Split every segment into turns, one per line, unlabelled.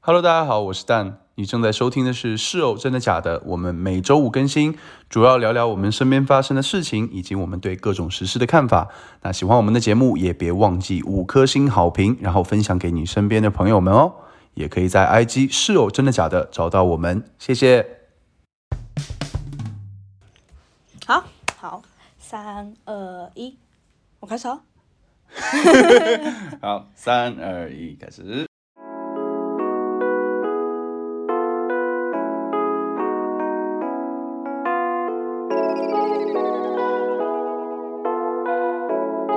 Hello，大家好，我是蛋。你正在收听的是《是哦，真的假的》，我们每周五更新，主要聊聊我们身边发生的事情，以及我们对各种时事的看法。那喜欢我们的节目，也别忘记五颗星好评，然后分享给你身边的朋友们哦。也可以在 IG 是哦，真的假的找到我们，谢谢。
好好，三二一，我开始哦。
好，三二一，开始。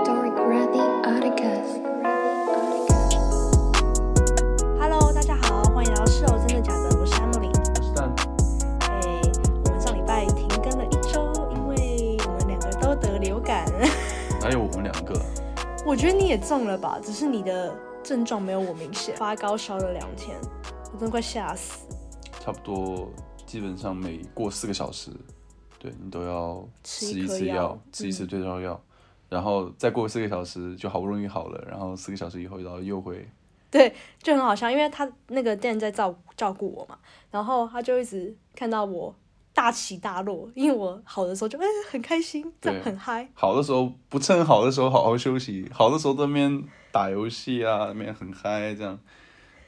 Dorgrady Articus.
Hello，大家好，欢迎来到《室友真的假的》，我是安诺琳。
但
哎，我们上礼拜停更了一周，因为我们两个都得流感。
还哎有我们两个，
我觉得你也中了吧，只是你的症状没有我明显，发高烧了两天，我真的快吓死。
差不多基本上每过四个小时，对你都要
吃
吃
一
一
颗
次
药
药，嗯吃一次退烧药，然后再过四个小时就好不容易好了，然后四个小时以后然后又会
对，就很好笑，因为他那个店在照照顾我嘛，然后他就一直看到我大起大落，因为我好的时候就哎很开心，这样
对
很嗨，
好的时候不趁好的时候好好休息，好的时候在那边打游戏啊，那边很嗨这样，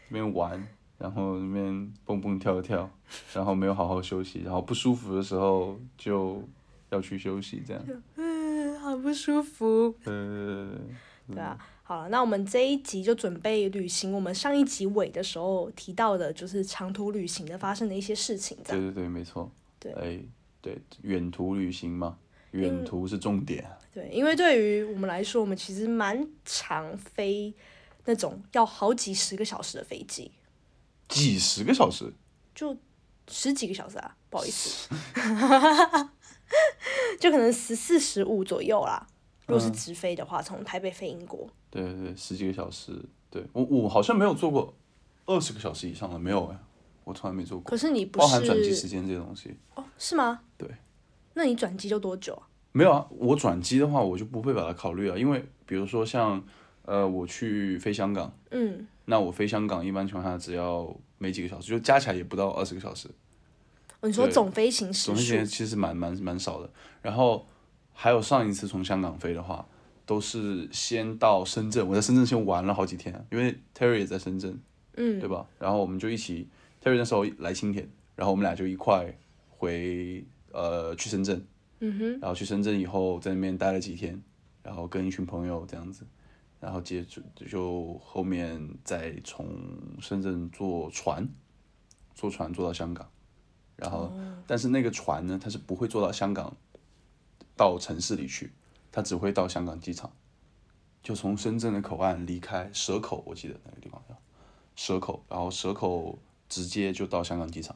那边玩，然后那边蹦蹦跳跳，然后没有好好休息，然后不舒服的时候就要去休息 这样，
嗯，好不舒服。
呃，
对啊，好了，那我们这一集就准备旅行。我们上一集尾的时候提到的，就是长途旅行的发生的一些事情，这
对
样。
对对，没错。
对嗯
哎，对，远途旅行嘛，远途是重点。啊
对，因为对于我们来说，我们其实蛮常飞那种要好几十个小时的飞机，
几十个小时，
就十几个小时啊，不好意思， 就可能十四十五左右啦。如果是
嗯
直飞的话，从台北飞英国，
对对对，十几个小时。对我我好像没有做过二十个小时以上的，没有哎，我从来没做
可
过，
是你不
包含转机时
是
间这些东西。
哦？是吗？
对。
那你转机就多久啊？
没有啊，我转机的话，我就不会把它考虑了，啊因为比如说像呃，我去飞香港，
嗯，
那我飞香港一般情况下只要没几个小时，就加起来也不到二十个小时。
哦你说
对
总飞行时
总之
数
其实其实蛮蛮蛮少的。然后还有上一次从香港飞的话，都是先到深圳，我在深圳先玩了好几天，因为 Terry 也在深圳，
嗯，
对吧？然后我们就一起，Terry 那时候来青田，然后我们俩就一块回呃去深圳，
嗯哼，
然后去深圳以后在那边待了几天，然后跟一群朋友这样子。然后接着就后面再从深圳坐船，坐船坐到香港，然后、但是那个船呢，它是不会坐到香港到城市里去，它只会到香港机场，就从深圳的口岸离开蛇口，我记得那个地方叫蛇口，然后蛇口直接就到香港机场。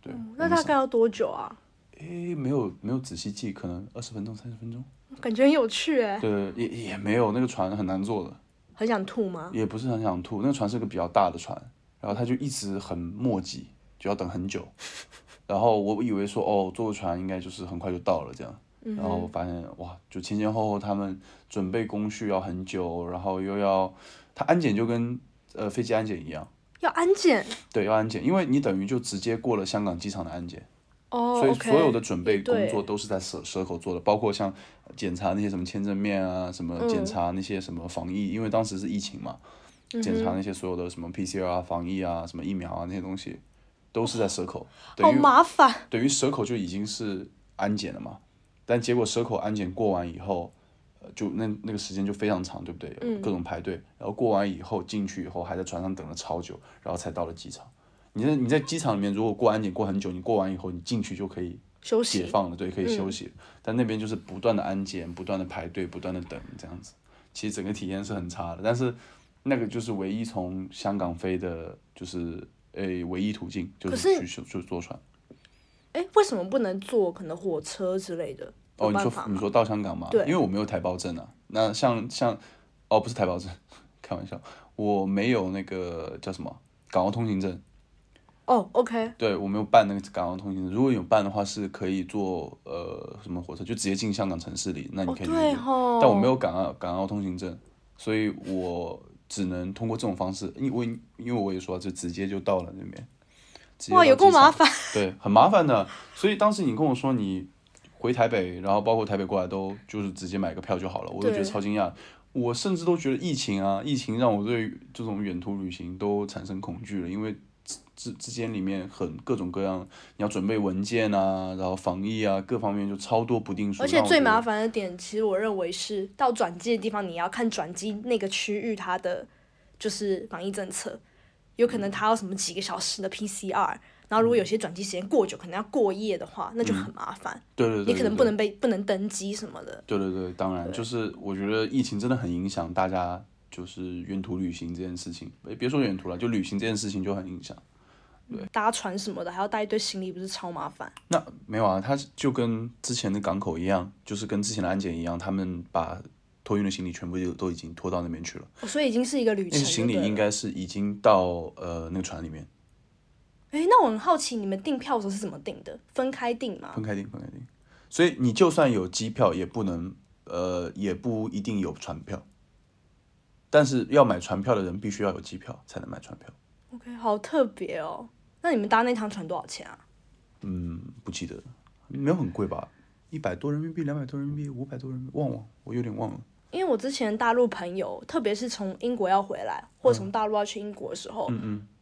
对，
那大概要多久啊？
诶，没有没有仔细记，可能二十分钟、三十分钟。
感觉很有趣哎，
对，也也没有那个船很难坐的，
很想吐吗？
也不是很想吐。那个船是个比较大的船，然后它就一直很磨叽，就要等很久。然后我以为说哦，坐船应该就是很快就到了这样，然后我发现哇，就前前后后他们准备工序要很久，然后又要它安检就跟呃飞机安检一样，
要安检
对，要安检，因为你等于就直接过了香港机场的安检。
哦
所以
OK
所有的准备
也对
工作都是在蛇蛇口做的，包括像检查那些什么签证面啊，什么检查那些什么防疫，因为当时是疫情嘛，
嗯
检查那些所有的什么 PCR 啊、防疫啊、什么疫苗啊那些东西，都是在蛇口，
好
等于
麻烦，
等于蛇口就已经是安检了嘛，但结果蛇口安检过完以后。呃就那那个时间就非常长，对不对？
嗯
有各种排队，然后过完以后进去以后还在船上等了超久，然后才到了机场。你在你在机场里面，如果过安检过很久，你过完以后你进去就可以
休
解
息。
放了，对，可
嗯
以休息。但那边就是不断的安检，不断的排队，不断的等这样子，其实整个体验是很差的。但是那个就是唯一从香港飞的，就是诶、唯一途径，就
可
是
是
去去坐船。
哎，为什么不能坐可能火车之类的？
哦，
有
你
办
说
法
你
吗？
说到香港嘛？
对
因为我没有台胞证啊。那像像哦，不是台胞证， 开玩笑，我没有那个叫什么港澳通行证。
哦，OK，
对，我没有办那个港澳通行证，如果有办的话，是可以坐呃什么火车，就直接进香港城市里，那你
哦
可以去那
对
边。
吼，
但我没有港澳港澳通行证，所以我只能通过这种方式，因为因为我也说啊，就直接就到了那边。直接
哇，
到
有够
机场
麻烦。
对，很麻烦的。所以当时你跟我说你回台北，然后包括台北过来都就是直接买个票就好了，我都觉得
对
超惊讶。我甚至都觉得疫情啊，疫情让我对这种远途旅行都产生恐惧了，因为之之之间里面很各种各样，你要准备文件啊，然后防疫啊，各方面就超多不定数。
而且
让我
最
觉得
麻烦的点，其实我认为是到转机的地方，你要看转机那个区域它的就是防疫政策，有可能它要什么几个小时的 PCR，然后如果有些转机时间过久，可能要过夜的话，那
嗯
就很麻烦，
对对对对，
你可能
对
不能被不能登机什么的。
对对对，当然，就是我觉得疫情真的很影响大家，就是远途旅行这件事情，诶别说远途了，就旅行这件事情就很影响。
搭船什么的，还要带一堆行李，不是超麻烦？
那没有啊，他就跟之前的港口一样，就是跟之前的安检一样，他们把托运的行李全部就都已经拖到那边去了。
哦所以已经是一个旅
那
程
些
了。
行李应该是已经到呃那个船里面，
哎，那我很好奇，你们订票的时候是怎么订的？分开订吗
分？开订，分开订。所以你就算有机票，也不能呃也不一定有船票。但是要买船票的人必须要有机票才能买船票。
OK，好特别哦。那你们搭那趟船多少钱啊？
嗯，不记得了，没有很贵吧？一百多人民币，两百多人民币，五百多人民币，忘忘，我有点忘了。
因为我之前大陆朋友，特别是从英国要回来，或者从大陆要去英国的时候，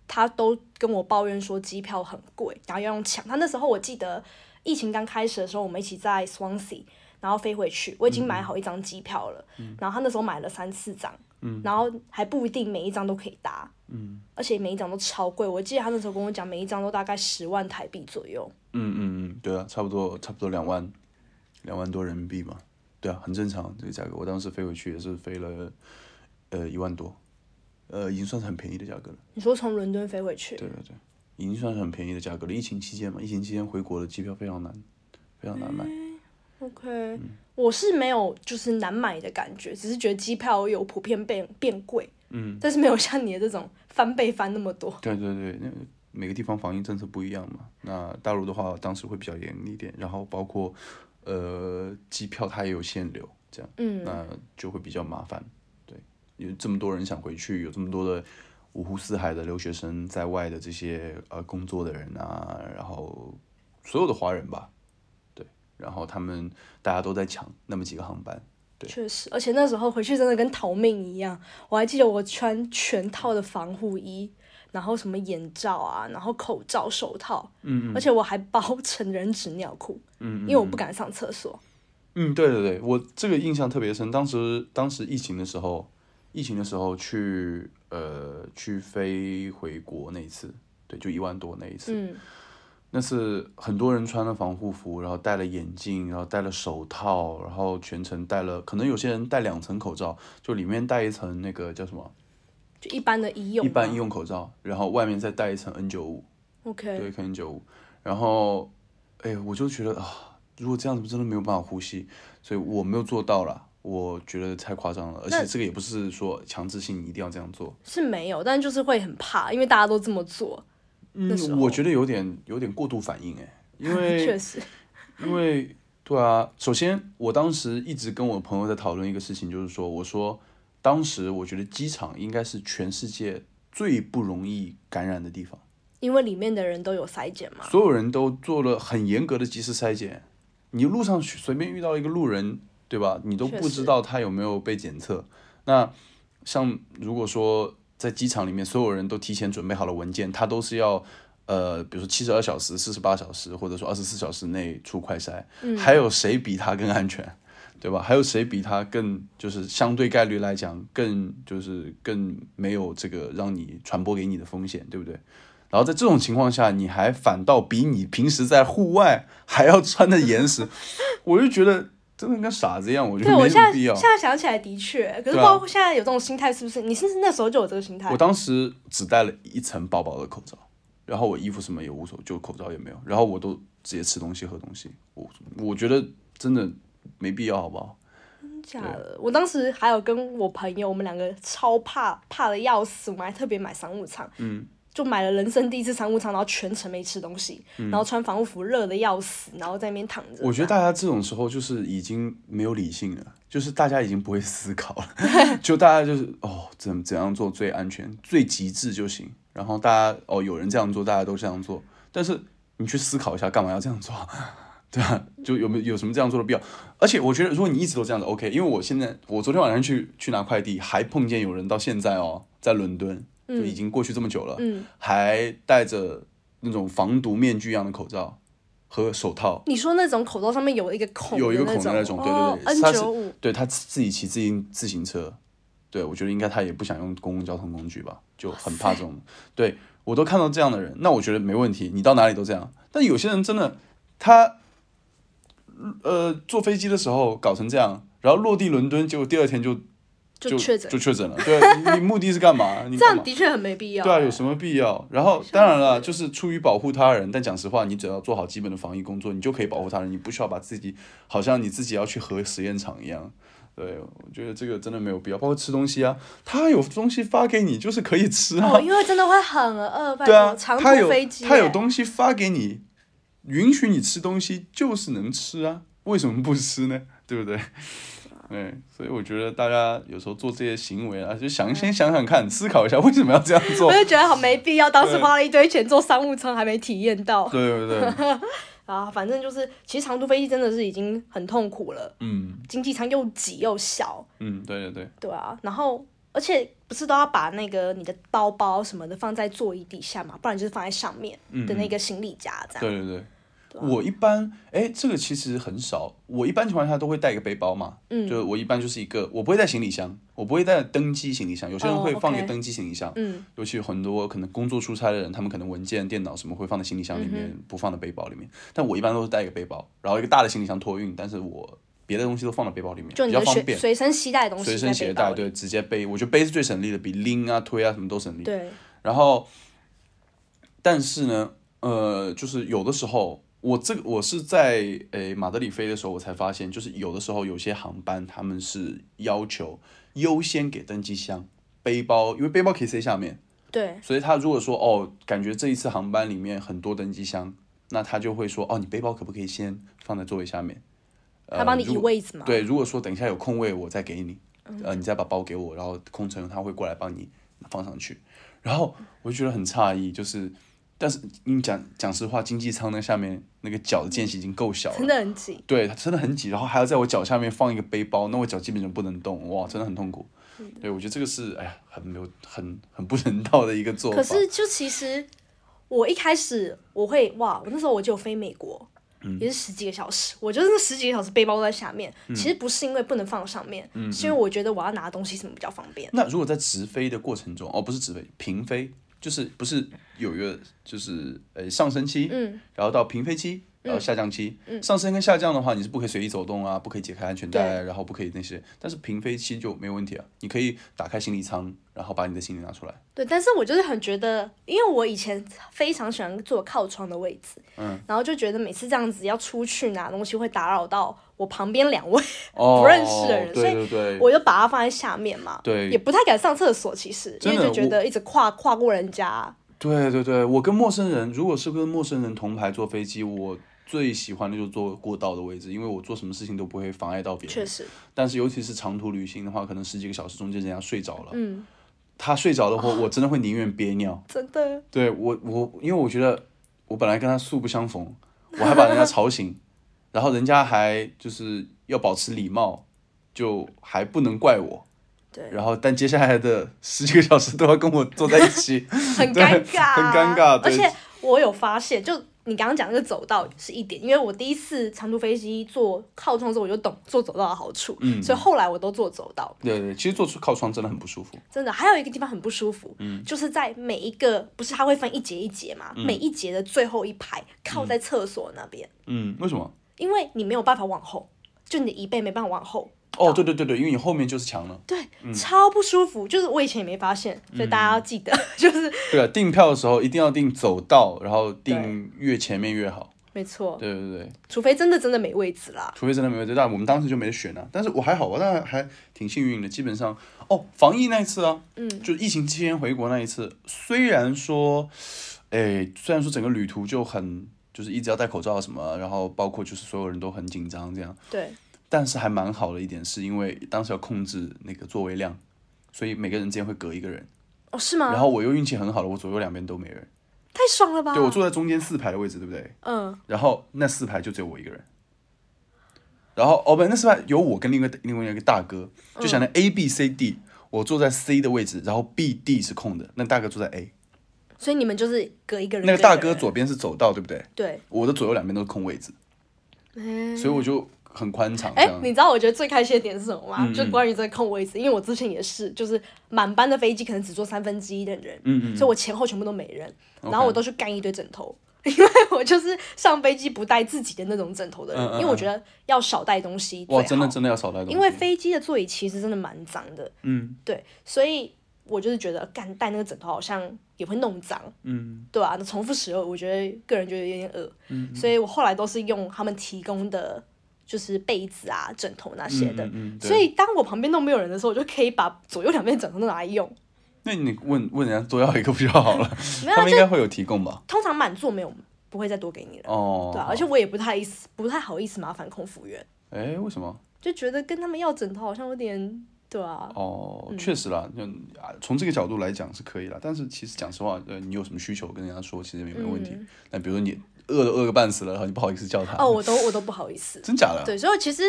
他都跟我抱怨说机票很贵，然后要用抢。他那时候我记得疫情刚开始的时候，我们一起在 Swansea，然后飞回去，我已经买好一张机票了，然后他那时候买了三四张，然后还不一定每一张都可以搭，而且每一张都超贵。我记得他那时候跟我讲，每一张都大概十万台币左右。
嗯嗯嗯，对啊，差不多差不多两万，两万多人民币嘛，对啊，很正常这个价格。我当时飞回去也是飞了，呃，一万多，呃，已经算是很便宜的价格了。
你说从伦敦飞回去，
对对对，已经算是很便宜的价格了。疫情期间嘛，疫情期间回国的机票非常难，非常难买。
OK，、我是没有就是难买的感觉，只是觉得机票有普遍变变贵，嗯，但是没有像你的这种翻倍翻那么多。
对对对，那每个地方防疫政策不一样嘛。那大陆的话，当时会比较严一点，然后包括呃机票它也有限流，这样，
嗯
那就会比较麻烦。对，有这么多人想回去，有这么多的五湖四海的留学生在外的这些呃工作的人啊，然后所有的华人吧，对，然后他们大家都在抢那么几个航班，
确实，而且那时候回去真的跟逃命一样。我还记得我穿全套的防护衣，然后什么眼罩啊，然后口罩、手套，嗯而且我还包成人纸尿裤，嗯因为我不敢上厕所。
嗯，对对对，我这个印象特别深。当时当时疫情的时候，疫情的时候去呃去飞回国那一次，对，就一万多那一次，
嗯，
那次很多人穿了防护服，然后戴了眼镜，然后戴了手套，然后全程戴了，可能有些人戴两层口罩，就里面戴一层那个叫什么
就一般的医用
一
嘛，
般医用口罩，然后外面再戴一层 N 九五，对
OK，
，KN 九五。然后，哎，我就觉得啊，如果这样子真的没有办法呼吸，所以我没有做到啦。我觉得太夸张了，而且
那
这个也不是说强制性你一定要这样做。
是没有，但就是会很怕，因为大家都这么做。那时候
我觉得有点有点过度反应 哎，因
确
为
实，
因为对啊，首先我当时一直跟我朋友在讨论一个事情，就是说，我说当时我觉得机场应该是全世界最不容易感染的地方。
因为里面的人都有筛检嘛。
所有人都做了很严格的及时筛检。你路上随随便遇到一个路人，对吧？你都
确
不知
实
道他有没有被检测。那像如果说在机场里面，所有人都提前准备好了文件，他都是要呃，比如说七十二小时、四十八小时，或者说二十四小时内出快筛。还有谁比他更安全？对吧？还有谁比他更就是相对概率来讲更就是更没有这个让你传播给你的风险，对不对？然后在这种情况下，你还反倒比你平时在户外还要穿的严实， 我就觉得真的跟傻子一样，我觉
对，
得
我
没
现
有
在
必要
现。在想起来的确，可是不知
对啊
道现在有这种心态是不是？你是不是那时候就有这个心态
我？当时只戴了一层薄薄的口罩，然后我衣服什么也无所，就口罩也没有，然后我都直接吃东西喝东西，我我觉得真的没必要，好不好？
真假的？我当时还有跟我朋友，我们两个超怕，怕的要死，我们还特别买商务舱，嗯，就买了人生第一次商务舱，然后全程没吃东西，然后穿防护服热的要死，然后在那边躺着。
嗯我觉得大家这种时候就是已经没有理性了，就是大家已经不会思考了， 就大家就是哦，怎怎样做最安全、最极致就行。然后大家哦，有人这样做，大家都这样做，但是你去思考一下，干嘛要这样做？ 对啊，就有没有有什么这样做的必要？而且我觉得，如果你一直都这样子，OK，因为我现在我昨天晚上去去拿快递，还碰见有人到现在哦，在伦敦就已经过去这么久了，
嗯，
还戴着那种防毒面具一样的口罩和手套，
你说那种口罩上面有一个孔，
有一个
那
孔的那种，对
哦
对对，
，N
他
九
是
五，
对他自己骑自行自行车，对我觉得应该他也不想用公共交通工具吧，就很怕这种。对我都看到这样的人，那我觉得没问题，你到哪里都这样。但有些人真的，他呃坐飞机的时候搞成这样，然后落地伦敦，结果第二天就
就确诊
就，确 诊了。对啊，你你目的是干嘛？你
这
干
样
嘛？
的确很没必要。
对啊，有什么必要？然后当然了，就是出于保护他人，但讲实话，你只要做好基本的防疫工作，你就可以保护他人，你不需要把自己好像你自己要去核实验场一样。对，我觉得这个真的没有必要，包括吃东西啊，他有东西发给你，就是可以吃啊。
哦，因为真的会很饿，拜
对啊
托，，长
他
途
有
飞机耶，
他有东西发给你，允许你吃东西就是能吃啊，为什么不吃呢？对不对？对，所以我觉得大家有时候做这些行为啊，就想先想想看，思考一下为什么要这样做
我。就觉得好嗯没必要，当时
对
花了一堆钱坐商务舱还没体验到
对对对，
啊。反正就是，其实长途飞机真的是已经很痛苦了，
嗯
经济舱又挤又小，
嗯，对对对，
对啊。然后而且不是都要把那个你的包包什么的放在座椅底下嘛，不然就是放在上面的那个行李架这
嗯
样。
对 对对。
啊
我一般，哎，这个其实很少。我一般情况下都会带一个背包嘛，嗯，就是我一般就是一个，我不会带行李箱，我不会带登机行李箱。有些人
哦
会放一个
，OK
登机行李箱，
嗯，
尤其很多可能工作出差的人，他们可能文件、电脑什么会放在行李箱里
嗯
面，不放在背包里面。但我一般都是带一个背包，然后一个大的行李箱托运，但是我别的东西都放在背包里面，
就
比
你
较
的
方
随
便，
随身携带的东西
随
在
身
背
携
包
带，
里，
对，直接背。我觉得背是最省力的，比拎啊、推啊什么都省力。
对，
然后，但是呢，呃，就是有的时候，我这个我是在诶马德里飞的时候，我才发现，就是有的时候有些航班他们是要求优先给登机箱、背包，因为背包可以塞下面，
对，
所以他如果说哦，感觉这一次航班里面很多登机箱，那他就会说哦，你背包可不可以先放在座位下面？呃
他帮你
如
移
果
位置嘛。
对，如果说等一下有空位，我再给你，呃，你再把包给我，然后空乘他会过来帮你放上去。然后我就觉得很诧异，就是，但是你讲讲实话，经济舱那下面那个脚的间隙已经够小
真
了，
的很挤，
对，它真的很挤，然后还要在我脚下面放一个背包，那我脚基本上不能动，哇，真的很痛苦。对，我觉得这个是哎呀，很没有很很不人道的一个做法。
可是就其实我一开始我会哇，我那时候我就有飞美国，
嗯
也是十几个小时，我就是那十几个小时背包都在下面。其实不是因为不能放上面，
嗯
是因为我觉得我要拿东西什么比较方便。
那如果在直飞的过程中，哦，不是直飞，平飞，就是不是有一个就是呃上升期，
嗯，
然后到平飞期，然后下降期，上升跟下降的话，你是不可以随意走动啊，不可以解开安全带，然后不可以那些，但是平飞期就没有问题啊，你可以打开行李舱，然后把你的行李拿出来，
对，但是我就是很觉得，因为我以前非常喜欢坐靠窗的位置，
嗯，
然后就觉得每次这样子要出去拿东西会打扰到我旁边两位，
哦，
不认识的人所以
对对对，
我就把它放在下面嘛，
对
也不太敢上厕所，其实因
真
为
的
就觉
我
得一直跨跨过人家，
对对对，我跟陌生人，如果是跟陌生人同排坐飞机，我最喜欢的就是坐过道的位置，因为我做什么事情都不会妨碍到别人，
确实，
但是尤其是长途旅行的话，可能十几个小时中间人家睡着了，
嗯，哦
他睡着的话，我真的会宁愿憋尿。
真的，
对我我，因为我觉得我本来跟他素不相逢，我还把人家吵醒， 然后人家还就是要保持礼貌，就还不能怪我。
对
然后，但接下来的十几个小时都要跟我坐在一 起。
很
对
尴尬，啊
很尴尬
而
对
且我有发现，就你刚刚讲那个走道是一点，因为我第一次长途飞机坐靠窗的时候，我就懂坐走道的好处，
嗯
所以后来我都坐走道。
对对，其实坐出靠窗真的很不舒服。
真的，还有一个地方很不舒服，
嗯
就是在每一个不是它会分一节一节嘛，每一节的最后一排靠在厕所那边，
嗯，为什么？
因为你没有办法往后，就你的椅背没办法往后，
哦，对对对对，因为你后面就是墙了。
对，超不舒服。就是我以前也没发现，
嗯
所以大家要记得，就是
对啊，订票的时候一定要订走道，然后订越前面越好。
没错，
对对对，
除非真的真的没位置啦。
除非真的没有，但我们当时就没得选啊。但是我还好吧，但还挺幸运的。基本上，哦，防疫那一次啊，嗯，就疫情期间回国那一次，虽然说，哎，虽然说整个旅途就很，就是一直要戴口罩什么，啊然后包括就是所有人都很紧张这样，
对，
但是还蛮好的一点，是因为当时要控制那个座位量，所以每个人之间会隔一个人。
哦，是吗？
然后我又运气很好了，我左右两边都没人，
太爽了吧？
对我坐在中间四排的位置，对不对？
嗯，
然后那四排就只有我一个人。然后哦不，那四排有我跟另外另外一个大哥，就
嗯
想着 A B C D，、我坐在 C 的位置，然后 B D 是空的，那大哥坐在 A，
嗯所以你们就是隔一个人。
那个大
隔
哥
一人
左边是走道，对不对？
对，嗯
我的左右两边都是空位置，所以我就很宽敞这
哎、
样。嗯
你知道我觉得最开心的点是什么吗？就关于这个空位置，因为我之前也是，就是满班的飞机可能只坐三分之一的人，
嗯
所以我前后全部都没人，然后我都去干一堆枕头。 因为我就是上飞机不带自己的那种枕头的人，
嗯嗯
因为我觉得要少带东西最好。
哇，真的真的要少带东西，
因为飞机的座椅其实真的蛮脏的，
嗯
对，所以我就是觉得干带那个枕头好像也会弄脏，
嗯
对啊，那重复使用，我觉得个人觉得有点恶，所以我后来都是用他们提供的，就是被子啊、枕头那些的。
嗯嗯，对
所以当我旁边都没有人的时候，我就可以把左右两边枕头都拿来用。
那你问问人家多要一个不就好了？
没有
他
啊，
们
就
应该会有提供吧？
通常满座没有，不会再多给你了。
哦，
对啊，而且我也不太意思，不太好意思麻烦空服员，
哎，为什么？
就觉得跟他们要枕头好像有点，对啊，
哦，确实啦，就啊，从这个角度来讲是可以啦。但是其实讲实话，呃，你有什么需求跟人家说，其实也没有问题。那、比如说你饿都饿个半死了，然后你不好意思叫他，
嗯哦，我都我都不好意思。
真假的？
对，所以其实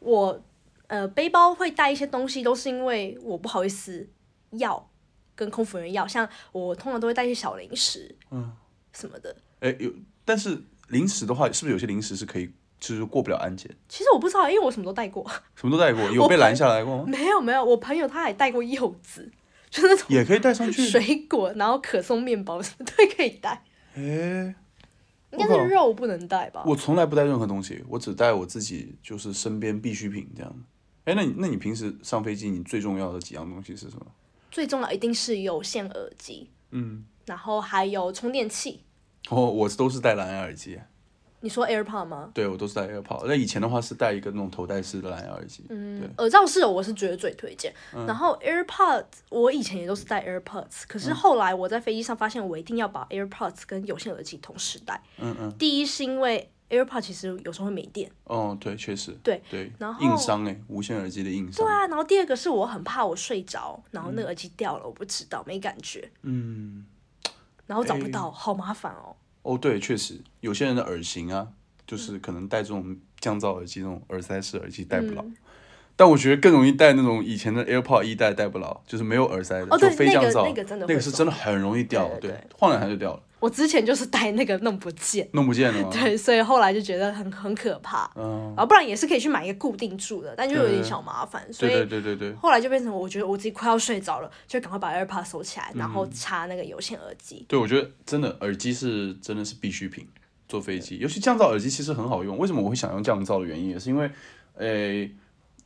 我呃背包会带一些东西，都是因为我不好意思要跟空服员要，像我通常都会带一些小零食，
嗯，
什么的。
哎，有，但是零食的话，是不是有些零食是可以，就是过不了安检？
其实我不知道，因为我什么都带过，
什么都带过，有被拦下来过吗？
没有没有，我朋友他还带过柚子，就那种
也可以带上去。
水果，然后可颂面包什么都可以带，
哎，
应该
我靠
是肉不能带吧？
哦我从来不带任何东西，我只带我自己就是身边必需品这样。哎，那你那你平时上飞机，你最重要的几样东西是什么？
最重要一定是有线耳机，
嗯，
然后还有充电器。
哦，我都是带蓝牙耳机。啊
你说 AirPod 吗？
对，我都是戴 AirPod。那以前的话是戴一个那种头戴式的蓝牙耳机。嗯，对，
耳罩呃式的我是觉得最推荐。然后 AirPods，我以前也都是戴 AirPods，可是后来我在飞机上发现，我一定要把 AirPods 跟有线耳机同时戴。
嗯嗯，
第一是因为 AirPods 其实有时候会没电，
哦，对，确实，
对
对，
然后
硬伤哎，无线耳机的硬伤。
对啊。然后第二个是我很怕我睡着，然后那个耳机掉了，我不知道没感觉，
嗯，
然后找不到，好麻烦哦。
哦，对，确实，有些人的耳型啊，
嗯
就是可能戴这种降噪耳机、这种耳塞式耳机戴不
嗯
牢。但我觉得更容易戴那种以前的 AirPod 一代戴不牢，就是没有耳塞的，
哦
就
对
非
那
降
个
噪，
那个真的会
是
走
真的很容易掉，
对对
晃两下就掉了，
我之前就是戴那个弄不见，
弄不见了吗？
对，所以后来就觉得很很可怕。
啊嗯，
啊，不然也是可以去买一个固定住的，但就有
对
点
对
小麻烦，所
对
以
对对对对，
后来就变成我觉得我自己快要睡着了，就赶快把 AirPod 收起来，然后
嗯
插那个有线耳机。
对，我觉得真的耳机是真的是必需品，坐飞机，尤其降噪耳机其实很好用。为什么我会想用降噪的原因，也是因为，诶，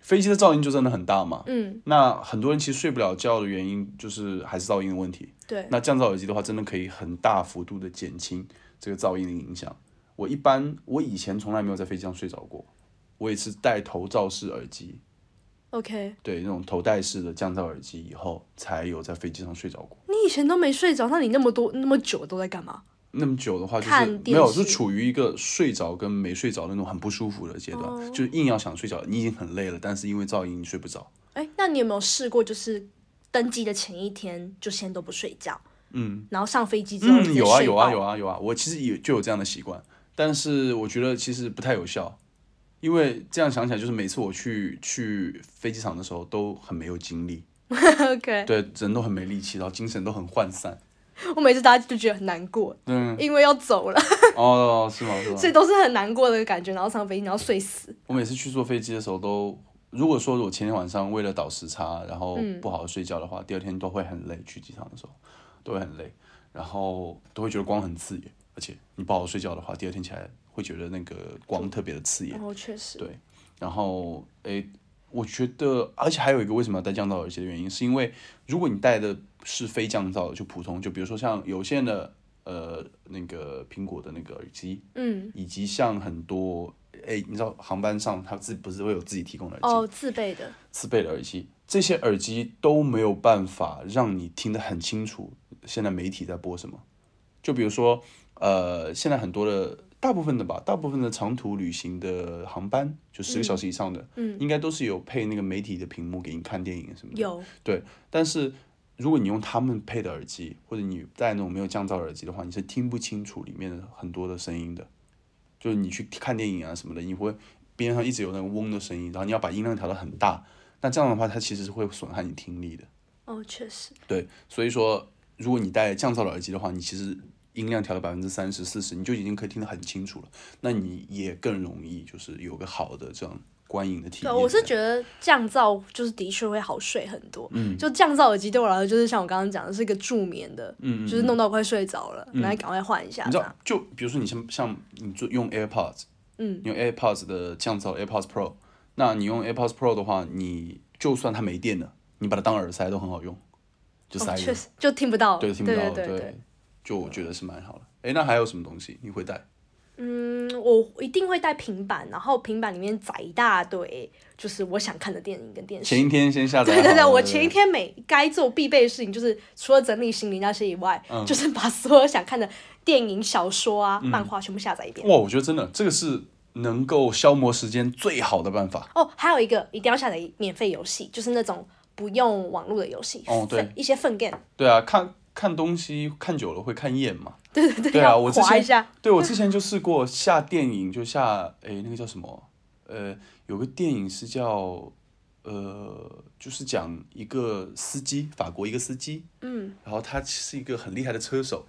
飞机的噪音就真的很大嘛。
嗯，
那很多人其实睡不了觉的原因就是还是噪音的问题。
对，
那降噪耳机的话，真的可以很大幅度的减轻这个噪音的影响。我一般我以前从来没有在飞机上睡着过，我也是戴头罩式耳机，
OK，
对那种头戴式的降噪耳机以后，才有在飞机上睡着过。
你以前都没睡着，那你那么多那么久都在干嘛？
那么久的话，就
看
是没
电
有，就
视
处于一个睡着跟没睡着那种很不舒服的阶段，
哦
就是硬要想睡觉，你已经很累了，但是因为噪音你睡不着。
哎，那你有没有试过就是登机的前一天就先都不睡觉，嗯，然后上飞机之后直
嗯，
接
有啊
睡
有啊
爆
有啊有啊，我其实也就有这样的习惯，但是我觉得其实不太有效，因为这样想起来，就是每次我去去飞机场的时候都很没有精力，啊
OK，
对，人都很没力气，然后精神都很涣散。
我每次大家就觉得很难过，
嗯，
因为要走了，
哦，是吗？是 吗？
所以都是很难过的感觉，然后上飞机然后睡死。
我每次去坐飞机的时候都，如果说我前天晚上为了倒时差，然后不好好睡觉的话，第二天都会很累，去机场的时候都会很累，然后都会觉得光很刺眼，而且你不好好睡觉的话，第二天起来会觉得那个光特别的刺眼
然。后哦确
嗯
实，
对然后，诶，我觉得，而且还有一个为什么要戴降噪耳机的原因，是因为如果你戴的是非降噪的，就普通，就比如说像有线的呃那个苹果的那个耳机，
嗯，
以及像很多哎，你知道航班上它自不是会有自己提供的耳机，
哦，自备的，
自备的耳机，这些耳机都没有办法让你听得很清楚现在媒体在播什么。就比如说，呃，现在很多的大部分的吧，大部分的长途旅行的航班，就十个小时以上的，
嗯
应该都是有配那个媒体的屏幕给你看电影什么的。
有，
但是如果你用他们配的耳机，或者你戴那种没有降噪耳机的话，你是听不清楚里面的很多的声音的。就是你去看电影啊什么的，你会边上一直有那个嗡的声音，然后你要把音量调到很大，那这样的话它其实是会损害你听力的。
哦，确实，
对，所以说如果你戴降噪的耳机的话，你其实音量调到百分之三十、四十，你就已经可以听得很清楚了。那你也更容易就是有个好的这样观影的体
对，
验。
我是觉得降噪就是的确会好睡很多。嗯，就降噪耳机对我来说，就是像我刚刚讲的，是一个助眠的，嗯就是弄到快睡着了，
嗯
来赶快换一下
你
这
知
样
道，就比如说你像像你做用 AirPods，
嗯，
用 AirPods 的降噪 AirPods Pro，那你用 AirPods Pro 的话，你就算它没电了，你把它当耳塞都很好用，就塞
哦，
着，
确实就听不到，
对，听不到，
对对对。
就我觉得是蛮好的。哎，那还有什么东西你会带？
嗯，我一定会带平板，然后平板里面载一大堆，就是我想看的电影跟电视。
前 一天先下载好
对
了。
对对，我前一天每该做必备的事情，就是除了整理行李那些以外，
嗯
就是把所有想看的电影、小说啊、漫画全部下载一遍。
哇，我觉得真的这个是能够消磨时间最好的办法。
哦，还有一个一定要下载免费游戏，就是那种不用网络的游戏。
哦对
分一些粪 game，
对啊，看看东西看久了会看厌嘛。
对对对，
对啊
要
我之前
划一下。
对我之前就试过下电影，就下诶那个叫什么？呃，有个电影是叫呃，就是讲一个司机，法国一个司机，
嗯，
然后他是一个很厉害的车手。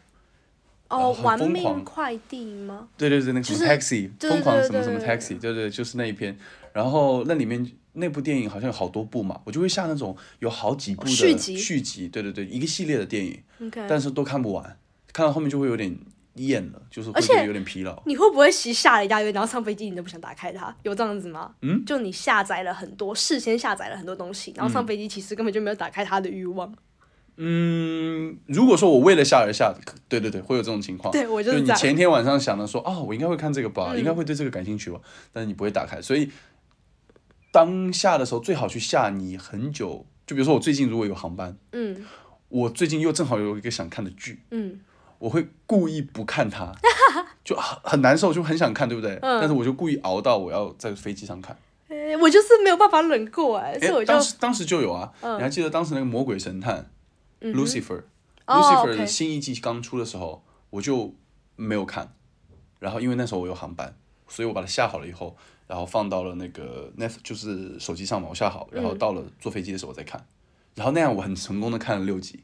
哦，
很
玩
疯
命
狂
快递吗？
对对对，那个什么
就是
taxi，
对
疯狂
对
什么什么
对对
taxi，对对，就是那一篇。然后那里面那部电影好像有好多部嘛，我就会下那种有好几部的
续集
续集，对对对，一个系列的电影。
OK，
但是都看不完，看到后面就会有点厌了，就是
而
会
且
觉得有点疲劳。
你会不会其实下了一大堆，然后上飞机你都不想打开它？有这样子吗？嗯，就你下载了很多，事先下载了很多东西，然后上飞机其实根本就没有打开它的欲望。
嗯，如果说我为了下而下，对对对，会有这种情况。
对我就嗯
就是你
这样
前一天晚上想的说，哦，我应该会看这个吧，应该会对这个感兴趣吧，但是你不会打开，所以当下的时候最好去下你很久。就比如说我最近如果有航班，
嗯
我最近又正好有一个想看的剧，
嗯，
我会故意不看它，就很很难受，就很想看，对不对？但
嗯
是我就故意熬到我要在飞机上看。
诶我就是没有办法忍过哎、所以
哎，
我就嗯
当时当时就有啊，你还记得当时那个魔鬼神探、Lucifer，Lucifer、
哦 OK
新一季刚出的时候，我就没有看，然后因为那时候我有航班，所以我把它下好了以后，然后放到了那个 Net 就是手机上嘛，我下好，然
嗯
后到了坐飞机的时候我再看，然后那样我很成功的看了六集，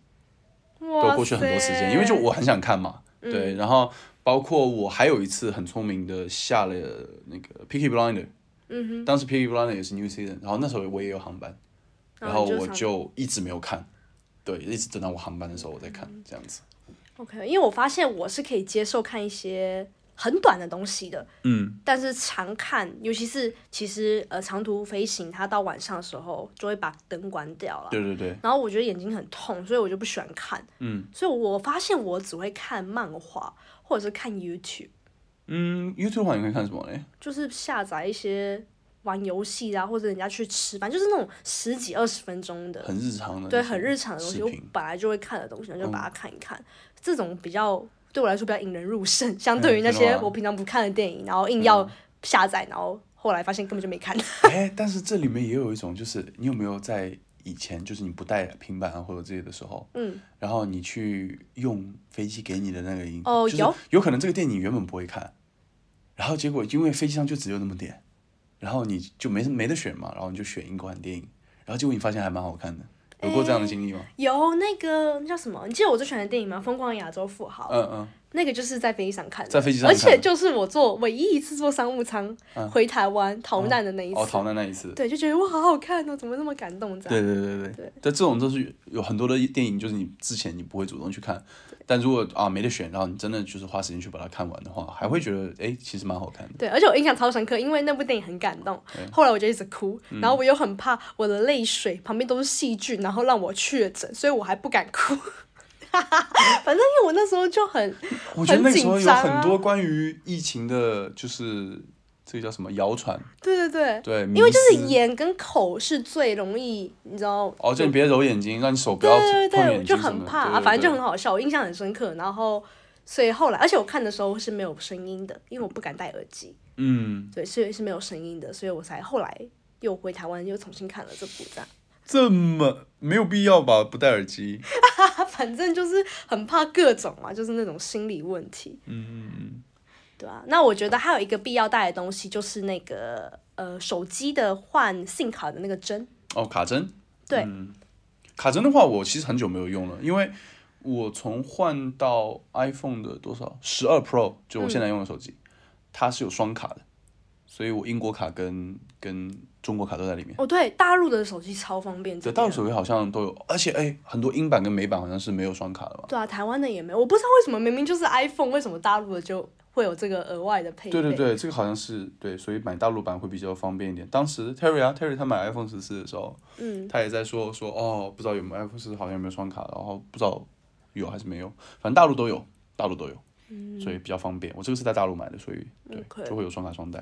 哇嗯
都过去很多时间，因为就我很想看嘛，对，然后包括我还有一次很聪明的下了那个 Picky Blinder，嗯哼，当时 Picky Blinder 也是 New Season，然后那时候我也有航班，
然
然后
后哦你就
我
上
就一直没有看，对，一直等到我航班的时候我再看，
嗯
这样子，
OK，因为我发现我是可以接受看一些很短的东西的，
嗯，
但是常看，尤其是其实呃长途飞行，它到晚上的时候就会把灯关掉了。
对对对，
然后我觉得眼睛很痛，所以我就不喜欢看。
嗯，
所以我发现我只会看漫画或者是看 YouTube，
嗯，YouTube 的话你会看什么嘞？
就是下载一些玩游戏啊，或者人家去吃饭，就是那种十几二十分钟的，
很日常的，
对，很日常的东西，
视
我
频哦
本来就会看的东西，然后就把它看一看。这种比较对我来说比较引人入胜，相对于那
哎真
些
的吗嗯
我平常不看的电影，然后硬要下载，然后后来发现根本就没看。
哎，但是这里面也有一种，就是你有没有在以前，就是你不带平板啊或者这些的时候，
嗯，
然后你去用飞机给你的那个音，
哦
就是
有，
有可能这个电影原本不会看，然后结果因为飞机上就只有那么点，然后你就没没得选嘛，然后你就选英国版电影，然后结果你发现还蛮好看的，有过这样的经历吗？
有那个那叫什么？你记得我最喜欢的电影吗？《疯狂亚洲富豪》。
嗯嗯，
那个就是在飞机上看的，
在飞机上
而
看的嗯
且就是我坐唯一一次坐商务舱、回台湾逃难的那一次，
哦，逃难那一次，
对，就觉得哇，好好看哦，怎么那么感动这样？
对对对对
对
对，但这种都是有很多的电影，就是你之前你不会主动去看，但如果啊没得选，然后你真的就是花时间去把它看完的话，还会觉得哎其实蛮好看的。
对，而且我印象超深刻，因为那部电影很感动，后来我就一直哭，
嗯
然后我又很怕我的泪水旁边都是细菌，然后让我确诊，所以我还不敢哭。 反正因为我那时候就很
我觉得那个时候
很
有
紧张
很
啊
多关于疫情的，就是这个叫什么谣传，
对对对，
对，
因为就是
迷思
眼跟口是最容易，你知道
哦，叫你别揉眼睛，让你手不要碰
对对对，
眼
我
睛
就
什么
很
的
怕、
对
啊，
对
反正就
对
很好笑，我印象很深刻。然后，所以后来，而且我看的时候是没有声音的，因为我不敢戴耳机，
嗯，
对，所以是没有声音的，所以我才后来又回台湾又重新看了这部这样。
这么没有必要吧？不戴耳机，
啊，反正就是很怕各种嘛，就是那种心理问题，
嗯嗯
对啊。那我觉得还有一个必要带的东西就是那个呃手机的换 SIM 卡的那个针，
哦，卡针，嗯
对，
卡针的话，我其实很久没有用了，因为我从换到 iPhone 的多少十二 Pro，就我现在用的手
嗯
机，它是有双卡的，所以我英国卡跟跟中国卡都在里面。
哦对，大陆的手机超方便，
对，
这
大陆
边
手机好像都有，而且哎，很多英版跟美版好像是没有双卡的嘛。
对啊，台湾的也没有，我不知道为什么明明就是 iPhone，为什么大陆的就会有这个额外的配备？
对对对，这个好像是对，所以买大陆版会比较方便一点。当时 Terry 啊，Terry 他买 iPhone 十四的时候，
嗯，
他也在说说哦，不知道有没有 iPhone 十四好像有没有双卡，然后不知道有还是没有，反正大陆都有，大陆都有，所以比较方便。我这个是在大陆买的，所以对
OK
就会有双卡双待。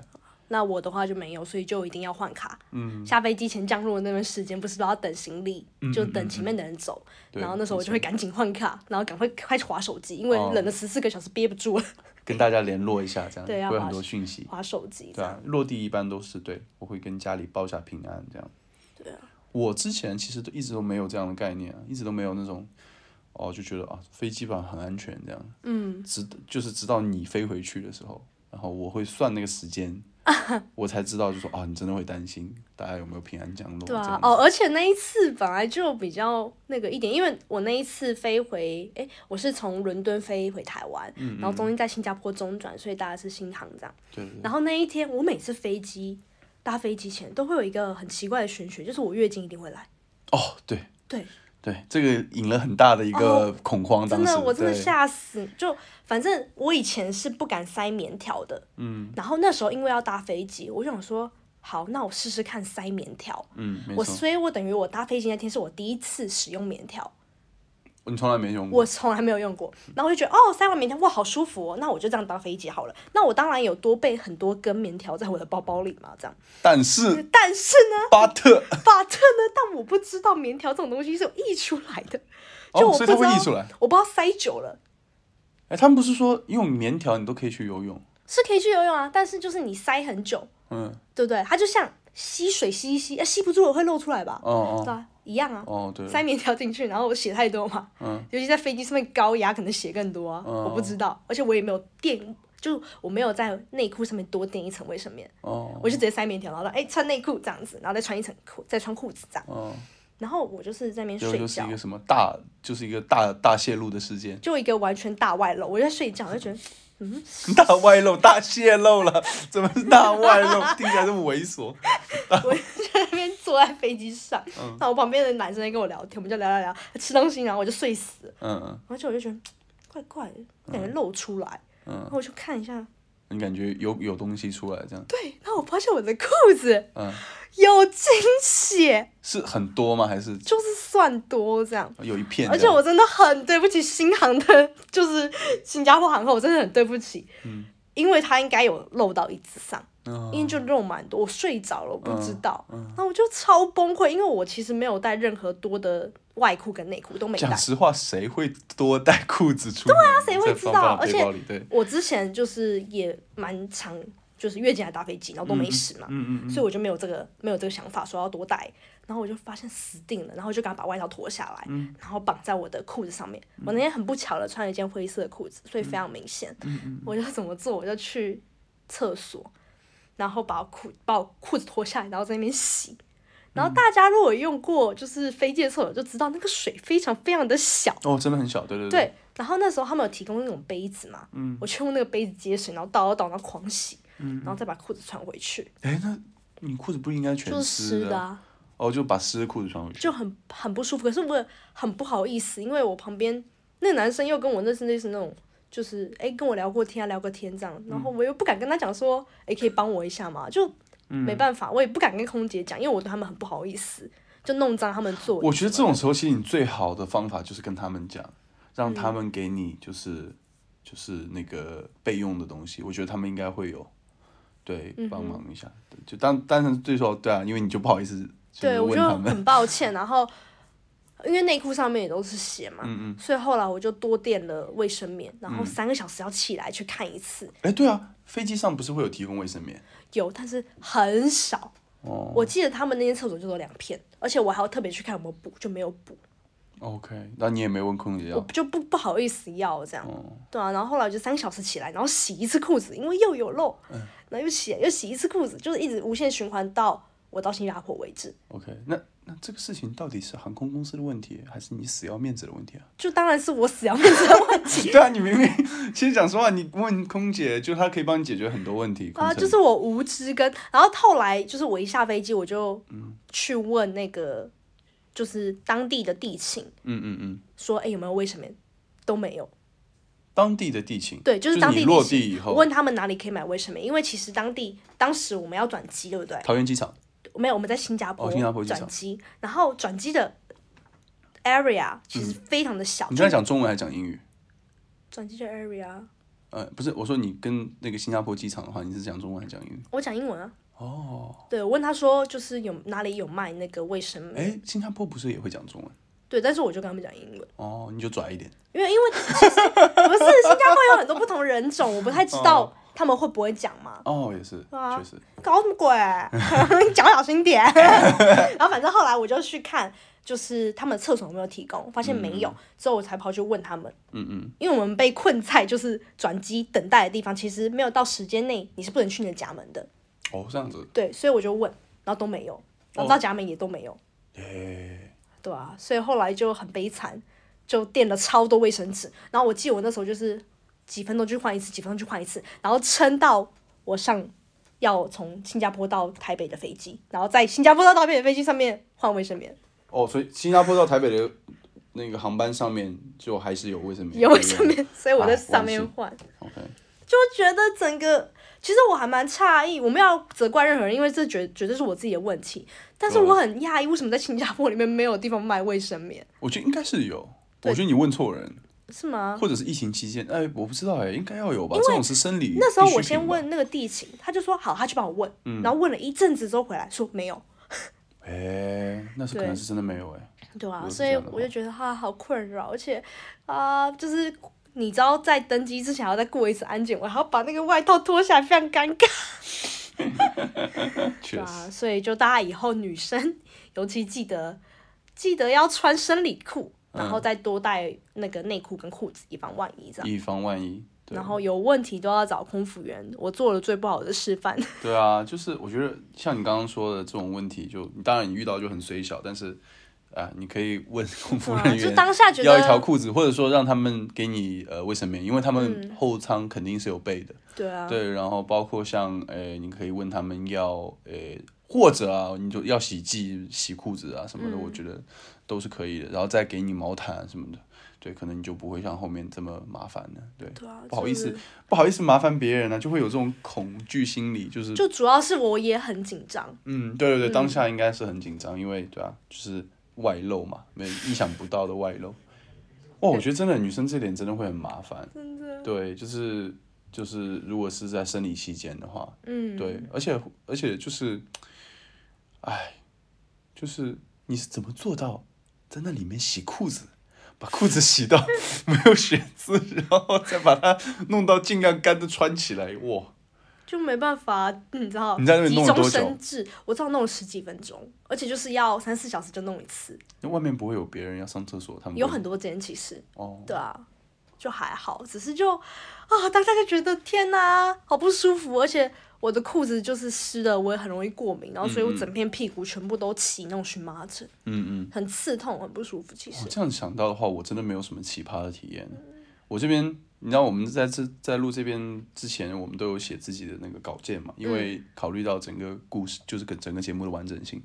那我的话就没有，所以就一定要换卡。嗯，下飞机前降落的那段时间，不是都要等行李，就等前面的人走。
对
然后那时候我就
没
会赶紧换卡，然后赶快快划手机，因为
哦
冷了十四个小时憋不住了，
跟大家联络一下，这样
对要
会有
把
很多讯息。
划手机。
对啊，落地一般都是对，我会跟家里报下平安这样。对啊。我之前其实都一直都没有这样的概念啊，一直都没有那种，哦，就觉得啊，飞机吧很安全这样。嗯。直就是直到你飞回去的时候，然后我会算那个时 间，我才知道就说啊，你真的会担心大家有没有平安降落。这
对啊
样，子
哦，。而且那一次本来就比较那个一点，因为我那一次飞回，诶，我是从伦敦飞回台湾，然后中间在新加坡中转，所以大家是新航这样。
对对对
然后那一天，我每次飞机搭飞机前都会有一个很奇怪的玄学，就是我月经一定会来。
哦，对
对，
对，这个引了很大的一个
哦
恐慌，当
真
时
的，我真的
对
吓死！就反正我以前是不敢塞棉条的，嗯，然后那时候因为要搭飞机，我想说，好，那我试试看塞棉条。
嗯，没
我
错，
所以，我等于我搭飞机那天是我第一次使用棉条，
你从来没用过
我。从来没有用过。然后我就觉得，哦，塞完棉条哇，好舒服哦，那我就这样搭飞机好了。那我当然有多备很多根棉条在我的包包里嘛，这样。
但是
但是呢，
巴特，
法特呢，但我不知道棉条这种东西是有溢出来的，
哦，
就我
所
不知
以它
道，
会溢出来。
我不知道塞久了。
哎，他们不是说用棉条你都可以去游泳？
是可以去游泳啊，但是就是你塞很久，
嗯，
对不对？它就像吸水吸一吸，呃吸不住了会漏出来吧？
哦
对
哦
啊，一样啊。
哦，对，
塞棉条进去，然后我血太多嘛，
嗯
尤其在飞机上面高压，可能血更多啊，
哦
我不知道，而且我也没有垫，就我没有在内裤上面多垫一层卫生棉，
哦
我就直接塞棉条，然后哎穿内裤这样子，然后再穿一层裤，再穿裤子这样，
哦，
然后我就是在那边
结果
睡
就是
觉
一个，什么大，就是一个大大泄露的事件，
就一个完全大外露，我就在睡觉，我就觉得
大外露、大泄露了，怎么是大外露？ 听起来这么猥琐。
我就在那边坐在飞机上，然后我旁边的男生在跟我聊天，我们就聊聊聊，吃东西，然后我就睡死了，
嗯嗯
然后就我就觉得怪怪的，感觉露出来，然
嗯，
后我就看一下，
你感觉有有东西出来这样？
对，然后我发现我的裤子
嗯，
有经血，
是很多吗？还是
就是算多这样。
有一片这样？
而且我真的很对不起新航的，就是新加坡航空，我真的很对不起，因为它应该有漏到椅子上，
嗯
因为就肉蛮多，我睡着了，我不知道，
嗯
然后我就超崩溃，因为我其实没有带任何多的外裤跟内裤都没带
讲，实话，谁会多带裤子出门？对啊
谁会知道而且
背包里对，
我之前就是也蛮常就是月经来搭飞机，然后都没事嘛，
嗯嗯
所以我就没有这个没有这个想法说要多带，然后我就发现死定了，然后就赶快把外套脱下来，
嗯
然后绑在我的裤子上面。我那天很不巧的穿了一件灰色的裤子，
嗯
所以非常明显。我就怎么做，我就去厕所，然后把我裤把我裤子脱下来，然后在那边洗。然
嗯
后大家如果有用过就是飞机的厕所，就知道那个水非常非常的小，
哦，真的很小，对对嗯
对，然后那时候他们有提供那种杯子嘛，我去用那个杯子接水，然后倒倒倒，然后狂洗，然后再把裤子穿回去，
哎，那你裤子不应该全
就是
湿
湿的、啊，
哦，就把湿的裤子穿回去。
就很很不舒服。可是我也很不好意思，因为我旁边那个男生又跟我认识类似那种，就是哎跟我聊过天啊，聊过天这样，
嗯
然后我又不敢跟他讲说，哎可以帮我一下嘛，就
嗯
没办法，我也不敢跟空姐讲，因为我对他们很不好意思，就弄脏他们座椅。
我觉得这种时候，其实你最好的方法就是跟他们讲，让
嗯
他们给你就是、就是那个备用的东西，我觉得他们应该会有对
嗯
帮忙一下，对就当当然最说对啊，因为你就不好意思就
对，
是
我
问
就
他们，
很抱歉。然后因为内裤上面也都是血嘛，
嗯嗯，嗯
所以后来我就多垫了卫生棉，然后三个小时要起来去看一次，
哎，对啊，飞机上不是会有提供卫生棉
有，但是很少。
哦
我记得他们那间厕所就有两片，而且我还要特别去看有没有补，就没有补，
？OK，那你也没问空姐
我
要
就不不好意思要这样。
哦，
对啊，然后后来我就三个小时起来，然后洗一次裤子，因为又有漏，
嗯
然后又洗又洗一次裤子，就是一直无限循环到我到新加坡为止。
OK，那那这个事情到底是航空公司的问题，还是你死要面子的问题啊？
就当然是我死要面子的问题
对啊，你明 明其实讲实话，你问空姐，就她可以帮你解决很多问题。
啊，
空乘
就是我无知跟，然后后来就是我一下飞机我就
嗯
去问那个就是当地的地勤，
嗯嗯嗯，
说哎、诶有没有卫生棉，都没有。
当地的地勤，
对，就是是当
你
地
落
地勤
地以
我
后
问，他们哪里可以买卫生棉，因为其实当地当时我们要转机，对不对？
桃园机场
没有，我们在新加坡,、
哦新加坡机场
转机，然后转机的 area 其实非常的小。
嗯你在讲中文还是讲英语？
转机的 area，啊
呃，不是，我说你跟那个新加坡机场的话，你是讲中文还是讲英语？
我讲英文啊。
哦，
对，我问他说，就是有哪里有卖那个卫生棉？
哎，新加坡不是也会讲中文？
对，但是我就跟他们讲英文，
哦，你就拽一点。
因为因为其实 不是新加坡有很多不同人种，我不太知道他们会不会讲嘛。
哦，也是，
啊
确实，
搞什么鬼？你脚小心点。然后反正后来我就去看，就是他们厕所有没有提供，发现没有，之后我才跑去问他们，
嗯嗯，
因为我们被困在就是转机等待的地方，其实没有到时间内你是不能去你的家门的，
哦，这样子，
对，所以我就问，然后都没有，然后到家门也都没有，
哎，
对啊，所以后来就很悲惨，就垫了超多卫生纸，然后我记得我那时候就是几分钟去换一次，几分钟去换一次，然后撑到我上要从新加坡到台北的飞机，然后在新加坡到台北的飞机上面换卫生棉，
哦，所以新加坡到台北的那个航班上面就还是有卫生棉，
有卫生棉， 所以我在
哎
上面
我也是
换，
，OK，
就觉得整个。其实我还蛮诧异，我没有要责怪任何人，因为这绝绝对是我自己的问题。但是
对啊
我很讶异，为什么在新加坡里面没有地方卖卫生棉？
我觉得应该是有，我
对嗯
觉得你问错人，
是吗？
或者是疫情期间，哎，我不知道哎，应该要有吧？这种是生理。
那时候我先，问那个地勤，他就说好，他去帮我问，
嗯
然后问了一阵子之后回来说没有，
哎，那是可
对
能是真的没有哎。
对
如
啊，
果是
所
这
以
样的
我就
话
觉得他、好困扰，而且啊、就是你知道在登机之前还要再过一次安检，我还要把那个外套脱下来，非常尴尬，对
确实，
啊，所以就大家以后女生尤其记得记得要穿生理裤，然后再多带那个内裤跟裤子，以防万一这样。
以防万嗯一。对
啊然后有问题都要找空服员，我做了最不好的示范。
对啊，就是我觉得像你刚刚说的这种问题，就你当然你遇到就很水小，但是啊、你可以问空服
对啊
人
就
员
当下觉
要一
得
条裤子，或者说让他们给你呃卫生棉，因为他
嗯
们后舱肯定是有备的。
对啊，
对，然后包括像呃，你可以问他们要呃，或者啊，你就要洗剂、洗裤子啊什么的，
嗯
我觉得都是可以的。然后再给你毛毯什么的，对，可能你就不会像后面这么麻烦了。对，
对啊，
不好意思
就是
不好意思麻烦别人呢、啊就会有这种恐惧心理，就是
就主要是我也很紧张，
嗯，对对对，当下应该是很紧张，因为对啊，就是外露嘛，没意想不到的外露。哇，我觉得真的女生这点真的会很麻烦。
真的，
对，就是就是，如果是在生理期间的话，
嗯，
对，而且而且就是，哎，就是你是怎么做到在那里面洗裤子，把裤子洗 到没有血渍，然后再把它弄到尽量干的穿起来？哇，
就没办法， 你知道，
你在那边
急
弄了
中
多久
生智，我至少弄了十几分钟，而且就是要三四小时就弄一次，
那外面不会有别人要上厕所，他们
有
会
很多间其实，
哦，
对啊，就还好，只是就啊，当下就觉得天哪、好不舒服，而且我的裤子就是湿的，我也很容易过敏，然后所以我整片屁股全部都起那种荨麻疹，
嗯嗯。
很刺痛，很不舒服，其
我
实，
哦 这样想到的话，我真的没有什么奇葩的体验。我这边，你知道我们在这在录这边之前，我们都有写自己的那个稿件嘛，因为考虑到整个故事，就是跟整个节目的完整性。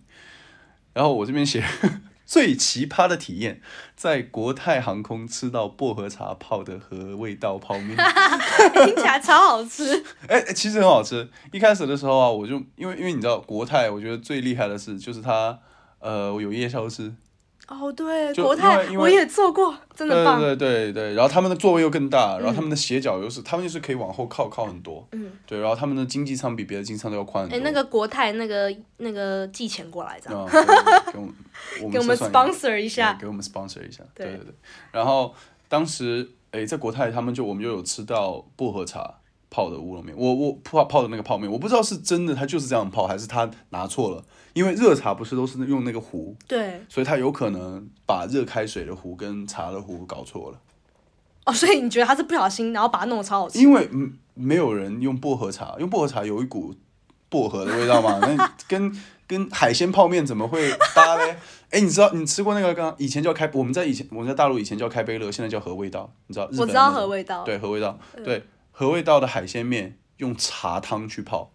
然后我这边写 最奇葩的体验，在国泰航空吃到薄荷茶泡的和味道泡面。
听起来超好吃，
哎、哎其实很好吃。一开始的时候啊，我就因为因为你知道国泰，我觉得最厉害的是就是它，呃，有夜宵吃，
哦，对，
就
国泰
因为因为
我也坐过，真的棒。
对对对对，然后他们的座位又更大，然后他们的斜角又是，他们就是可以往后靠靠很多。
嗯，
对，然后他们的经济舱比别的经济舱都要宽很
哎，
多。
那个国泰那个那个寄钱过来这样，
啊，对给我 们
给我
们
们
算算
sponsor 一
对
下。
给我们 sponsor 一下。对
对
对对。然后当时诶，在国泰他们就我们就有吃到薄荷茶泡的乌龙面，我我泡泡的那个泡面，我不知道是真的他就是这样泡，还是他拿错了，因为热茶不是都是用那个壶，
对，
所以他有可能把热开水的壶跟茶的壶搞错了，
哦，所以你觉得他是不小心，然后把它弄得超好吃？
因为嗯没有人用薄荷茶，用薄荷茶有一股薄荷的味道 嘛，那跟跟海鲜泡面怎么会搭 嘞？哎，你知道你吃过那个刚以前叫开，我们在以前我们在大陆以前叫开杯乐，现在叫和味道，你知道？日
我
本
知
的
道
那
和
种
味道，
对和味道，
嗯
对和味道的海鲜面用茶汤去泡。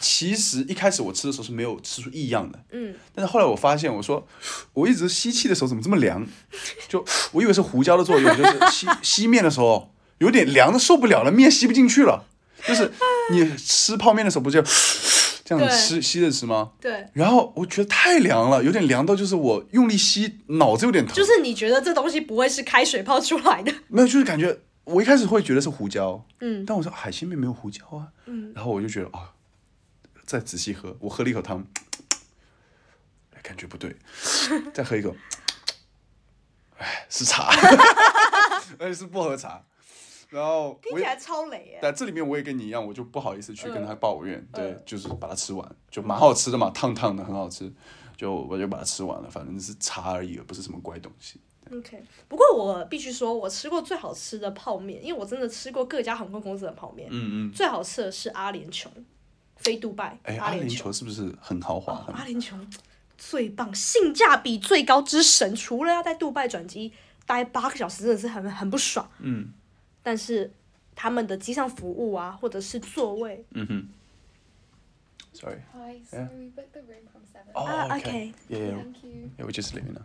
其实一开始我吃的时候是没有吃出异样的，
嗯，
但是后来我发现，我说我一直吸气的时候怎么这么凉？ 就我以为是胡椒的作用，就是吸吸面的时候有点凉的受不了了，面吸不进去了。就是你吃泡面的时候 不就这样
对
子吸吸着吃吗？
对，
然后我觉得太凉了，有点凉到就是我用力吸，脑子有点疼。
就是你觉得这东西不会是开水泡出来的，
没有，就是感觉我一开始会觉得是胡椒，
嗯，
但我说海鲜面没有胡椒啊，
嗯，
然后我就觉得啊、再仔细喝，我喝了一口汤，嘖嘖嘖感觉不 对，再喝一口，嘖嘖嘖哎，是茶， 而且是薄荷茶，然后
听
我
起
也
来超雷耶。
但这里面我也跟你一样，我就不好意思去跟他抱怨，
嗯
对，就是把它吃完，就蛮好吃的嘛，烫烫的很好吃，就我就把它吃完了，反正是茶而已，不是什么怪东西。
OK，不过我必须说，我吃过最好吃的泡面，因为我真的吃过各家航空公司的泡面，
嗯嗯，
最好吃的是阿联酋，飞杜拜，
哎，
阿
阿
联
联
酋，
酋是不是很豪华？
哦
很
阿联酋最棒，性价比最高之神，除了要在杜拜转机待八个小时，真的是很很不爽，
嗯。
但是他们的机上服务啊，或者是座位，
嗯哼。Sorry.
Hi, so
Yeah.
we booked the room from seven.
Oh,
Ah, okay.
Yeah, yeah.
Thank you.
yeah, we're just leaving now.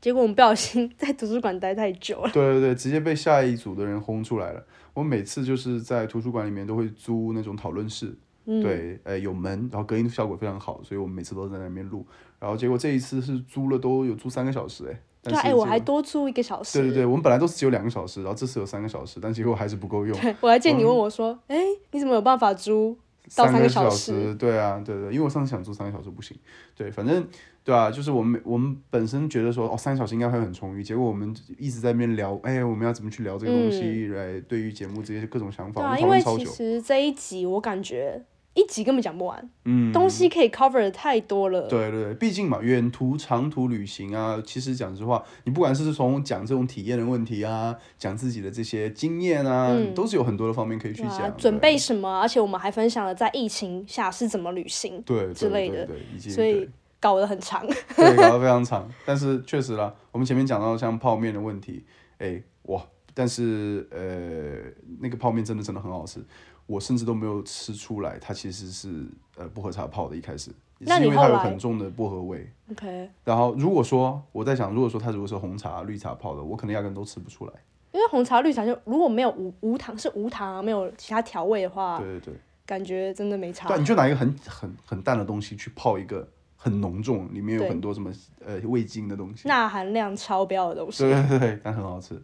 结果我们不小心 在图书馆待太久了。
对对对，直接被下一组的人轰出来了。我每次就是在图书馆里面都会租那种讨论室，
嗯，
对，呃，有门，然后隔音效果非常好，所以我们每次都在那边录。然后结果这一次是租了都有租三个小时，哎，但
对
是
啊，哎，我
结
还
果
多住一个小时。
对对对，我们本来都是只有两个小时，然后这次有三个小时，但结果还是不够 用。
我还见你问我说：“哎、你怎么有办法租到
嗯三
个
小
时？”
对啊，对对，因为我上次想做三个小时不行，对，反正对啊，就是我们我们本身觉得说哦，三个小时应该会很充裕，结果我们一直在那边聊，哎，我们要怎么去聊这个东西，来对于节目这些各种想法，
嗯对
我
啊，
们
因
讨
为
论超
其
久，
实这一集我感觉一集根本讲不完，
嗯，
东西可以 cover 的太多了。
对对对，毕竟嘛，远途长途旅行啊，其实讲实话，你不管是从讲这种体验的问题啊，讲自己的这些经验啊，
嗯
都是有很多的方面可以去
对
讲，
啊，
对
准备什么？而且我们还分享了在疫情下是怎么旅行，
对对
之类
对
的
对，以及
所
对
以搞得很长。
对，搞得非常长。但是确实啦，我们前面讲到像泡面的问题，哎，哇，但是呃，那个泡面真的真的很好吃，我甚至都没有吃出来它其实是呃薄荷茶泡的，一开始，也
那
是
你
因为它
后
有
来
很重的薄荷味。
OK，
然后如果说我在想，如果说它如果是红茶、绿茶泡的，我可能压根都吃不出来。
因为红茶、绿茶就如果没有无无糖是无糖啊，没有其他调味的话，
对对对，
感觉真的没差
对啊，。你就拿一个很很很淡的东西去泡一个很浓重，里面有
对
很多什么呃味精的东西。
钠含量超标的东西。
对对对，但很好吃。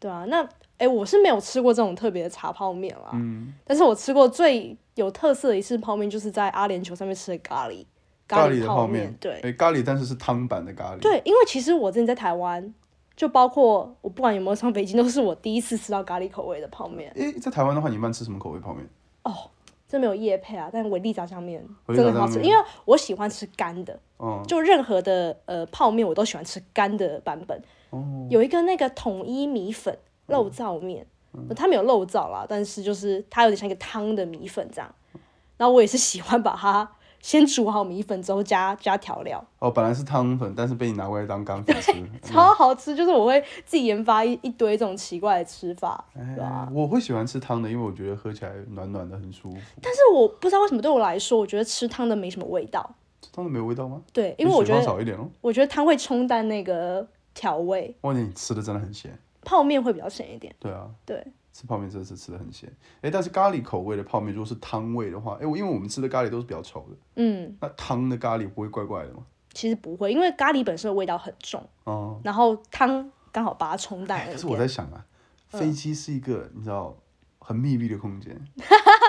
对啊，那哎、我是没有吃过这种特别的茶泡面啦。
嗯
但是我吃过最有特色的一次泡面，就是在阿联酋上面吃的咖喱
喱的
泡
面，
对
诶，咖喱，但是是汤版的咖喱，
对，因为其实我之前在台湾，就包括我不管有没有上北京，都是我第一次吃到咖喱口味的泡面。哦
诶，在台湾的话，你一般吃什么口味泡面？
这没有夜配啊，但维力炸酱面
维
真
力炸酱
的
面
很好吃，因为我喜欢吃干的，
嗯，
就任何的呃泡面我都喜欢吃干的版本。
哦，
有一个那个统一米粉肉燥面，
嗯
它没有肉燥啦，但是就是它有点像一个汤的米粉这样。然后我也是喜欢把它先煮好米粉之后加加调料，
哦，本来是汤粉，但是被你拿过来当干粉 吃。
超好吃。就是我会自己研发一一堆这种奇怪的吃法，
诶
对啊吧？
我会喜欢吃汤的，因为我觉得喝起来暖暖的，很舒服。
但是我不知道为什么对我来说，我觉得吃汤的没什么味道。
这汤的没有味道吗？
对，因为我
你水放
觉得
少一点哦。
我觉得汤会冲淡那个调味，
哇，你吃的真的很咸。
泡面会比较咸一点。
对啊，
对，
吃泡面真的是吃的很咸。哎，但是咖喱口味的泡面，如果是汤味的话，哎，我因为我们吃的咖喱都是比较稠的，
嗯，
那汤的咖喱不会怪怪的吗？
其实不会，因为咖喱本身的味道很重，
哦、
然后汤刚好把它冲淡
哎，
了
可
一
是我
点，嗯
在想啊，飞机是一个你知道很密闭的空间，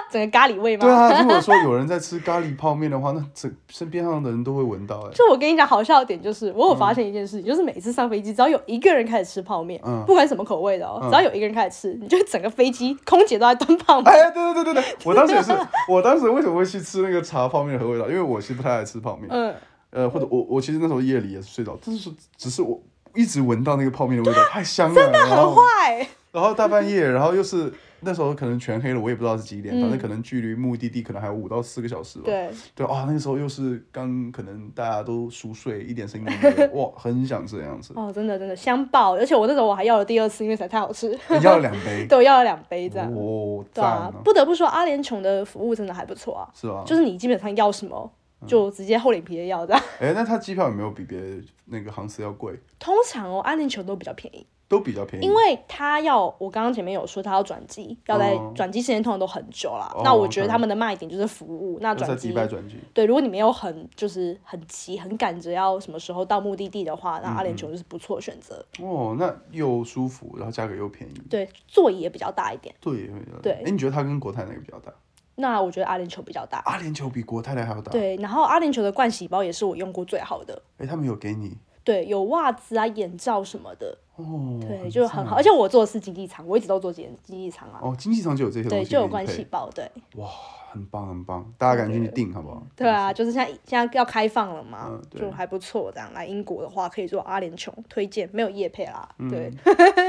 整个咖喱味吗？
对啊，如果说有人在吃咖喱泡面的话，那整身边上的人都会闻到、哎，
就我跟你讲，好笑的点就是，我有
嗯
发现一件事情，就是每次上飞机，只要有一个人开始吃泡面，
嗯
不管什么口味的哦，
嗯
只要有一个人开始吃，你就整个飞机空姐都在端泡 面。
哎，对对对对对，我当时也是，我当时为什么会去吃那个茶泡面的合味道？因为我是不太爱吃泡面，
嗯，
呃，或者我我其实那时候夜里也是睡着，但是只是我一直闻到那个泡面的味道，太香了，真的
很坏，
然后大半夜，然后又是那时候可能全黑了，我也不知道是几点，反正可能距离目的地可能还有五到四个小时吧。
对，
嗯对啊，那个时候又是刚可能大家都熟睡，一点声音都没 有，哇，很想这样 子，
哦，真的真的香爆，而且我那时候我还要了第二次，因为实在太好吃，
要了两杯，
对，我要了两杯这样。
哦，
对
赞
啊，
啊，
不得不说阿联酋的服务真的还不错啊，
是吧？
就是你基本上要什么
嗯
就直接厚脸皮的要这样。
哎，那它机票有没有比别的那个航司要贵？
通常哦，阿联酋都比较便宜，
都比较便宜，
因为他要，我刚刚前面有说他要转机，要在
哦
转机时间通常都很久啦。
哦
那我觉得他们的卖点就是服务，那
要在
转
迪
机。
拜转机。
对，如果你没有很就是很急、很赶着要什么时候到目的地的话，那
嗯
阿联酋就是不错的选择。
哦，那又舒服，然后价格又便宜，
对，座椅也比较大一点。
对会比较
对
哎，你觉得它跟国泰哪个比较大？
那我觉得阿联酋比较大。
阿联酋比国泰的还要大。，
对，然后阿联酋的盥洗包也是我用过最好的。
哎，他们有给你
对，有袜子啊、眼罩什么的，
哦，
对，就很
赞
好。而且我坐的是经济舱，我一直都坐经经济舱啊。
哦，经济舱就有这些东
对，
西，
就有盥洗，包，对。
很棒很棒，大家赶紧去订好不好？
对啊，就是现在现在要开放了嘛，
嗯对
就还不错。这样来英国的话，可以做阿联酋推荐，没有叶配啦。
嗯
对，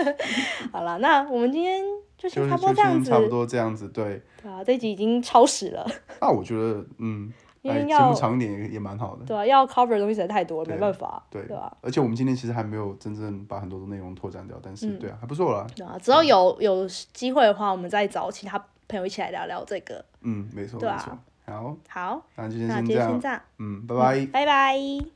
好啦，那我们今天就
就
先
是就
差不多这样
先
子。
差不多这样子，对。
对啊，这集已经超时了，
那我觉得，嗯，
因
哎，
为
节
要
目长一点也也蛮好的，
对啊，要 cover 的东西实在太多了，
对
没办法。
对
对啊。
而且我们今天其实还没有真正把很多的内容拓展掉，但
嗯
是对啊，还不错啦。
对啊，只要有有机会的话，我们再找其他朋友一起来聊聊这个。
嗯，没错没
对啊
错。好，
好，
那就先
那
先
今
这
天先
样
这，样，
嗯，拜拜。
拜拜。